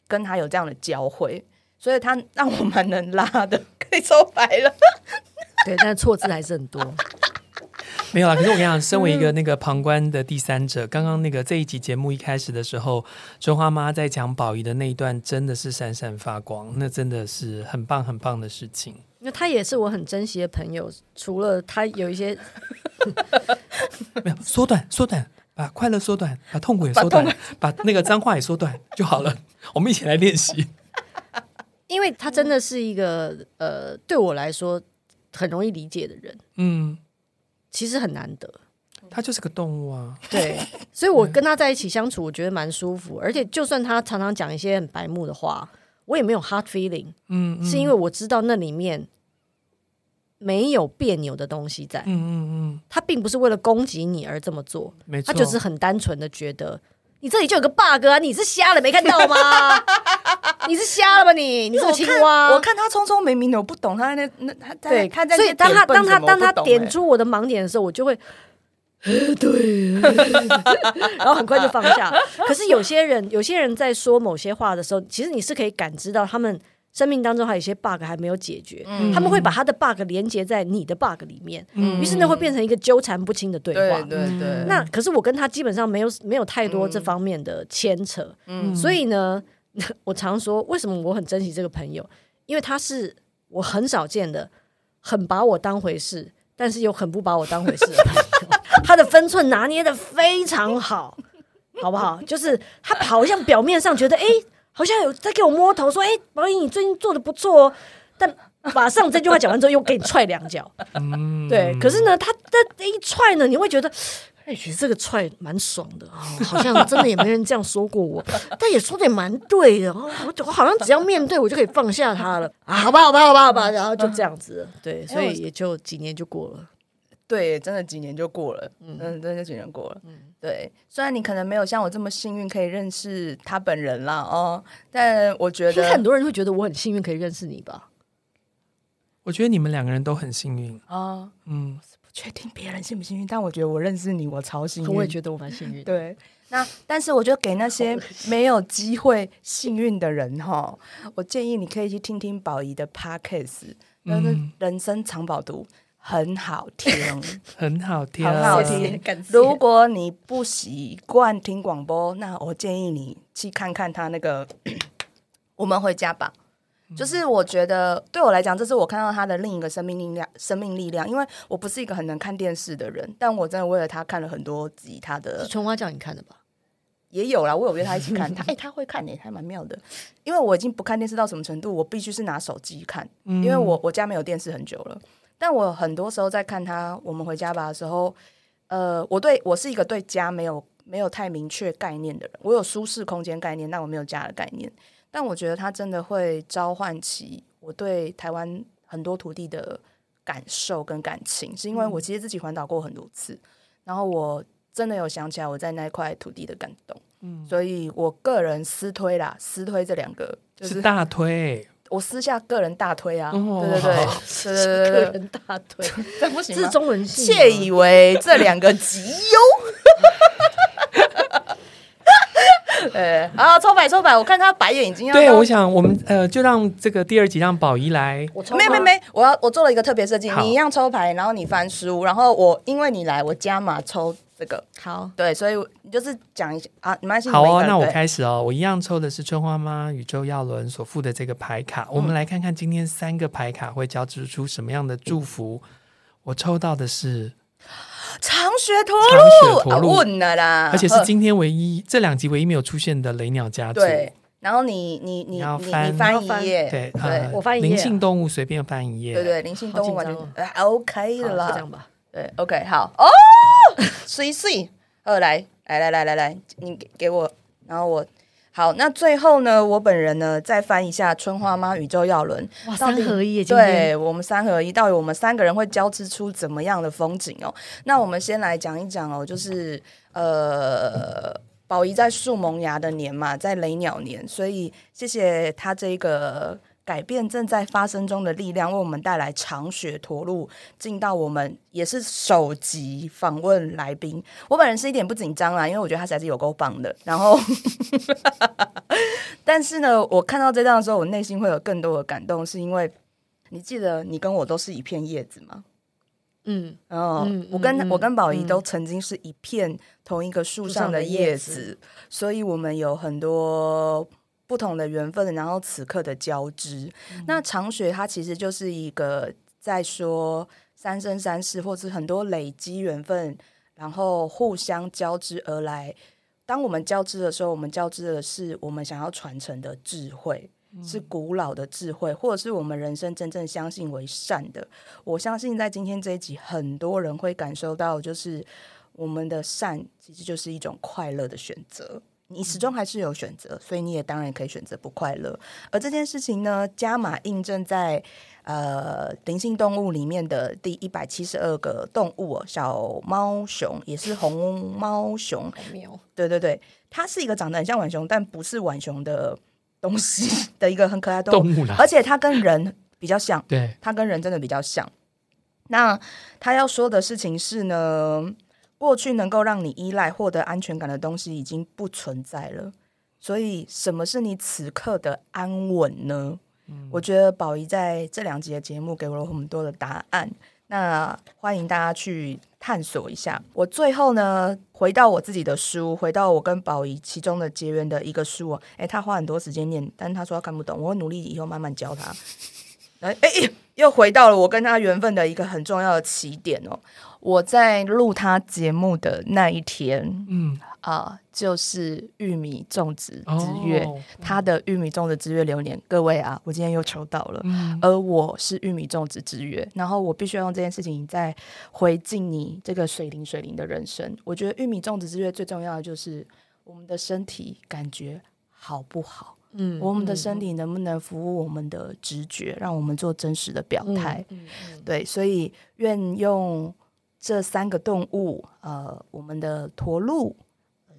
跟他有这样的交汇，所以他让我蛮能拉的，可以抽白了。
对，但是错字还是很多。
没有啦，可是我跟你讲，身为一
嗯
个那个旁观的第三者，刚刚那个这一集节目一开始的时候，春花妈在讲宝仪的那一段，真的是闪闪发光，那真的是很棒很棒的事情。
那他也是我很珍惜的朋友，除了他有一些，
没有缩短，缩短，把快乐缩短，把痛苦也缩短，把那个脏话也缩短就好了。 我们一起来练习。
因为他真的是一个呃，对我来说很容易理解的人，
嗯，
其实很难得。
它就是个动物啊。
对，所以
嗯
我跟他在一起相处，我觉得蛮舒服。而且就算他常常讲一些很白目的话，我也没有 hard feeling，
嗯，嗯
是因为我知道那里面没有别扭的东西在。
嗯嗯
他并不是为了攻击你而这么做，
嗯，没
他
错，
就是很单纯的觉得你这里就有个 bug 啊，你是瞎了没看到吗？ 你是瞎了吧你？你这个青蛙，
我看他聪聪明明的，我不懂他在那那他他
对，
他在
所以当他当他当他点
出
出我的盲点的时候，我就会。 呃对， 然后很快就放下。可是有些人，有些人在说某些话的时候，其实你是可以感知到他们生命当中还有一些 bug 还没有解决，
嗯
他们会把他的 bug 连接在你的 bug 里面，于是呢会变成一个纠缠不清的对
对
话。嗯
对对，
那可是我跟他基本上没有没有太多这方面的牵扯，所以呢， 我常说为什么我很珍惜这个朋友，因为他是我很少见的，很把我当回事，但是又很不把我当回事的朋友，他的分寸拿捏的非常好， 好不好？就是他好像表面上觉得哎、诶好像有在给我摸头说哎，毛、宝仪你最近做的不错哦，但马上这句话讲完之后又给你踹两脚，
嗯
对，可是呢，他这一踹呢，你会觉得。哎、其实这个踹蛮爽的哦，好像真的也没人这样说过我，但也说的也蛮对的哦。我我好像只要面对，我就可以放下他了啊！好吧，好吧，好吧，好吧，然后就这样子了， 对，所以也就几年就过了。
对，真的几年就过了，嗯，真的几年过了，
嗯
对。虽然你可能没有像我这么幸运可以认识他本人啦，哦，但我觉
应该
得
很多人会觉得我很幸运可以认识你吧？
我觉得你们两个人都很幸运，
啊，
嗯，
不确定别人幸不幸运，但我觉得我认识你，我超幸运。
我也觉得我蛮幸 运的。
对，那但是我就给那些没有机会幸运的人哈，我建议你可以去听听宝仪的 podcast，那是
嗯
人生藏宝读。很好听，
很好听，
很好
谢谢
听
感。谢
如果你不习惯听广播，那我建议你去看看他那个 我们回家吧。就是我觉得对我来讲，这是我看到他的另一个生命力量，生命力量。因为我不是一个很能看电视的人，但我真的为了他看了很多集他的
是春花叫你看的吧？
也有啦，我有约他一起看，他哎、他会看诶、还蛮妙的。因为我已经不看电视到什么程度，我必须是拿手机看，
嗯
因为我我家没有电视很久了。但我很多时候在看他《我们回家吧》的时候，呃，我对我是一个对家没有没有太明确概念的人，我有舒适空间概念，但我没有家的概念。但我觉得他真的会召唤起我对台湾很多土地的感受跟感情，是因为我其实自己环岛过很多次，然后我真的有想起来我在那一块土地的感动。所以我个人私推啦，私推这两个，就是是
大推，
我私下个人大推啊，
哦
对对对
好
对对对
个
对对，
人 大腿，
这不行
这是中文系呃吗。
窃以为这两个极优。 呃，啊，超白超白，我看他白眼已经要
对，
到
我想我们呃就让这个第二集让宝仪来，
我超
没没
怕，
没，我要我做了一个特别设计，
好
你一样抽牌，然后你翻书，然后我因为你来，我加码抽这个，
好，
对，所以你就是讲一下啊，没关系，
好
你们一
哦，
个人
那我
对
开始哦，我一样抽的是春花妈与周耀伦所附的这个牌卡，我们来看看今天三个牌卡会交织出什么样的祝福。我抽到的是，
长雪驼
长
鹿
雪驼鹿
啊问了啦，
而且是
呵
今天唯一这两集唯一没有出现的雷鸟家族。
对，然后你你你
你
你
要
你
翻
翻
要翻
一页，
对，
对
呃，
我翻一页啊
灵性动物随便翻一页。
对对，灵性动物完全
好
哦
紧
呃 OK 的
好就这
啦
样，吧。
对 OK 好哦， 水水，呃来来来来来来，你给给我，然后我。好，那最后呢，我本人呢再翻一下春花妈宇宙耀伦，
哇，
到
三
底
合一耶，今天
对我们三合一，到底我们三个人会交织出怎么样的风景哦？那我们先来讲一讲哦，就是呃，宝仪在树萌芽的年嘛，在雷鸟年，所以谢谢他这一个。改变正在发生中的力量，为我们带来长雪驼鹿进到我们也是首集访问来宾。我本人是一点不紧张啦，因为我觉得他实在是有够棒的。然后 但是呢，我看到这张的时候，我内心会有更多的感动，是因为你记得你跟我都是一片叶子吗？
嗯，
然后
嗯嗯
我跟、
嗯
我跟宝仪
嗯
都曾经是一片同一个树
树
上
上
的
的
叶
叶
子，
子
所以我们有很多不同的缘分，然后此刻的交织。那长雪它其实就是一个在说三生三世，或是很多累积缘分，然后互相交织而来。当我们交织的时候，我们交织的是我们想要传承的智慧，是古老的智慧，或者是我们人生真正相信为善的。我相信在今天这一集，很多人会感受到，就是我们的善其实就是一种快乐的选择。你始终还是有选择，所以你也当然可以选择不快乐。而这件事情呢，加码印证在呃灵性动物里面的第一百七十二个动物、哦，小猫熊也是红猫熊，
好妙，
对对对，它是一个长得很像浣熊，但不是浣熊的东西 的一个很可爱的动物，啊
动物啦
而，且它跟人比较像。
对，
他跟人真的比较像。那他要说的事情是呢，过去能够让你依赖、获得安全感的东西已经不存在了，所以什么是你此刻的安稳呢？我觉得宝仪在这两集的节目给了我很多的答案，那欢迎大家去探索一下。我最后呢，回到我自己的书，回到我跟宝仪其中的结缘的一个书哦。诶，他花很多时间念，但他说他看不懂，我会努力以后慢慢教他。哎哎，又回到了我跟他缘分的一个很重要的起点哦。我在录他节目的那一天
嗯，
啊、就是玉米种植
哦
之月，他的玉米种植之月流年，各位啊，我今天又抽到了。
嗯，
而我是玉米种植之约，然后我必须要用这件事情再回敬你这个水灵水灵的人生。我觉得玉米种植之约最重要的就是我们的身体感觉好不好，
嗯
我们的
嗯
身体能不能服务我们的直觉，让我们做真实的表态？
嗯嗯
对，所以愿用这三个动物，呃，我们的驼鹿，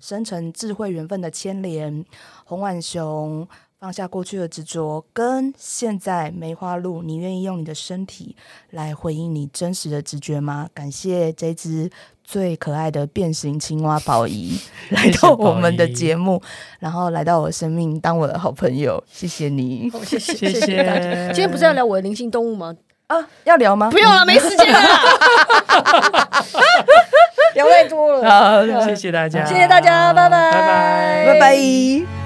生成智慧缘分的牵连，红浣熊。放下过去的执着，跟现在梅花鹿，你愿意用你的身体来回应你真实的直觉吗？感谢这只最可爱的变形青蛙宝 仪来到我们的节目，然后来到我的生命，当我的好朋友，谢谢你
哦谢谢
谢谢
大家。今天不是要聊我的灵性动物吗？
啊！要聊吗？
不用了，没时间了，聊太多了。
好，
谢谢大家，
谢谢大家拜拜
拜拜，
拜拜。